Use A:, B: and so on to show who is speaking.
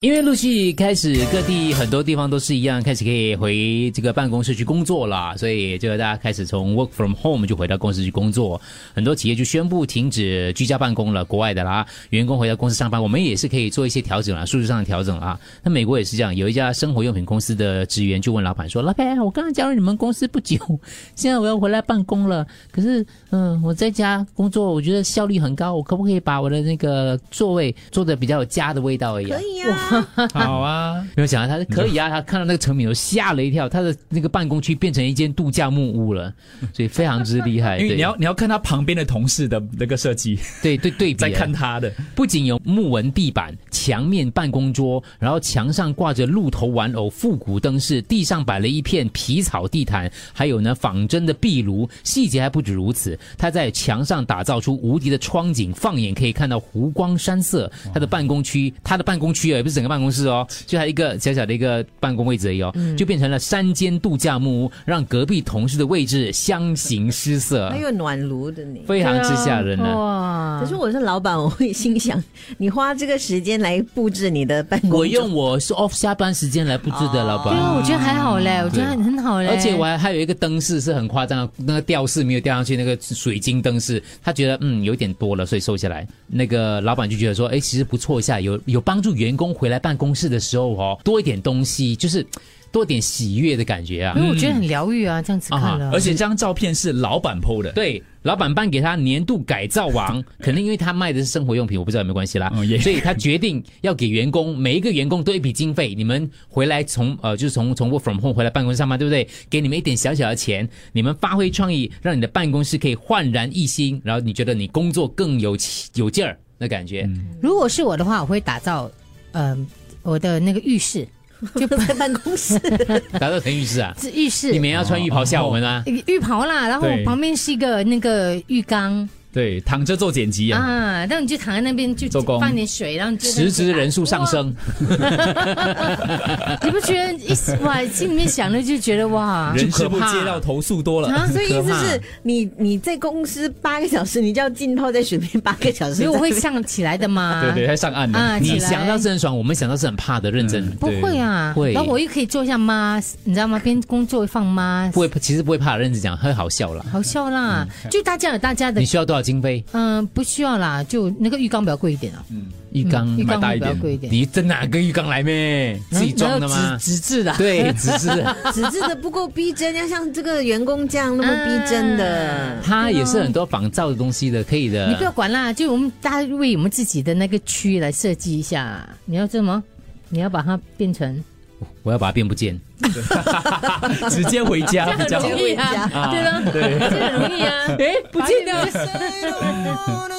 A: 因为陆续开始各地很多地方都是一样，开始可以回这个办公室去工作啦，所以这个大家开始从 work from home 就回到公司去工作，很多企业就宣布停止居家办公了，国外的啦，员工回到公司上班，我们也是可以做一些调整啦，数字上的调整啦。那美国也是这样，有一家生活用品公司的职员就问老板说：“老板，我刚刚加入你们公司不久，现在我要回来办公了，可是嗯，我在家工作，我觉得效率很高，我可不可以把我的那个座位做的比较有家的味道一样？”
B: 可以啊，
C: 好啊，
A: 没有想到他是可以啊，他看到那个成品都吓了一跳，他的那个办公区变成一间度假木屋了，所以非常之厉害。
C: 因为
A: 哎对
C: 你要你要看他旁边的同事的那个设计，
A: 对对对比
C: 在
A: 啊，
C: 看他的，
A: 不仅有木纹地板、墙面办公桌，然后墙上挂着鹿头玩偶、复古灯饰，地上摆了一片皮草地毯，还有呢仿真的壁炉。细节还不止如此，他在墙上打造出无敌的窗景，放眼可以看到湖光山色。他的办公区，他的办公区啊，也不是整个办公室哦，就他一个小小的一个办公位置而已哦，就变成了山间度假木屋，让隔壁同事的位置相形失色
B: 还，有暖炉的你。
A: 非常之吓人呢、啊
D: 啊哇！
B: 可是我是老板，我会心想，你花这个时间来布置你的办公桌，
A: 我用我是 off 下班时间来布置的，老
D: 对啊，
A: 板。
D: 我觉得还好嘞，我觉得很好嘞。
A: 嗯而且我还还有一个灯饰是很夸张的，那个吊饰没有吊上去，那个水晶灯饰，他觉得嗯有点多了，所以收下来。那个老板就觉得说，哎，其实不错一下，有有帮助员工回来办公室的时候哦，多一点东西，就是多点喜悦的感觉啊
D: 因。为我觉得很疗愈啊，这样子看
A: 嗯
D: 了，
C: 而且这张照片是老板 PO 的，，
A: 对，老板颁给他年度改造王，可能因为他卖的是生活用品，我不知道有没有关系啦，
C: 嗯也
A: 所以他决定要给员工每一个员工都一笔经费，你们回来从呃就是从从 work from home 回来办公室上班，对不对？给你们一点小小的钱，你们发挥创意，让你的办公室可以焕然一新，然后你觉得你工作更有气有劲儿的感觉。
D: 如果是我的话，我会打造嗯、我的那个 浴室，就不，
B: 在办公室，
A: 达到成浴室啊
D: 是哦浴室
A: 你们也要穿浴袍吓我们啊！
D: 浴袍啦，然后
C: 对
D: 旁边是一个那个浴缸
C: 对，躺着做剪辑啊，
D: 啊，然后你就躺在那边就
C: 做工
D: 放点水，然后你就在那
A: 辞
D: 边
A: 职
D: 打
A: 人数上。升，啊
D: 哇你不觉得一 哇心里面想了就觉得哇
C: 人事部
A: 就可怕
C: 接到投 诉多了，
D: 啊，
B: 所以意
A: 可
B: 思
A: 怕
B: 是你你在公司八个小时，你就要浸泡在水边八个小时，
D: 所以我会上起来的嘛。
C: 对对，还上岸
D: 啊
C: 的，
D: 起
A: 你
D: 来
A: 想到是很爽，我们想到是很怕的，认真。
D: 不会啊，
A: 对会
D: 然后我又可以做一下 mask，你知道吗？边工作放 mask，
A: 不会，其实不会怕，认真讲，很好笑啦。
D: 好笑啦，就大家有大家
A: 嗯
D: 的
A: 你，需要多少经费？
D: 嗯、不需要啦，就那个浴缸比较贵一点啊，
A: 浴缸
D: 浴缸
C: 买大
D: 会
C: 一
D: 比较
C: 点
D: 贵一点，嗯
A: 你真拿个浴缸来咩？自己装的
D: 然
A: 吗
D: 后？纸纸质的啊，
A: 对，只是
B: 纸质的不够逼真，要像这个员工这样那么逼真 的。
A: 它也是很多仿造的东西的，可以
D: 你不
A: 的。
D: 要管啦，就我们大家为我们自己的那个区来设计一下，你要这么，你要把它 变成
A: 我要把它变不见。
C: 直接回家比较好。
B: 容易啊
D: 对吧？对，这很容易啊，哎，不见得。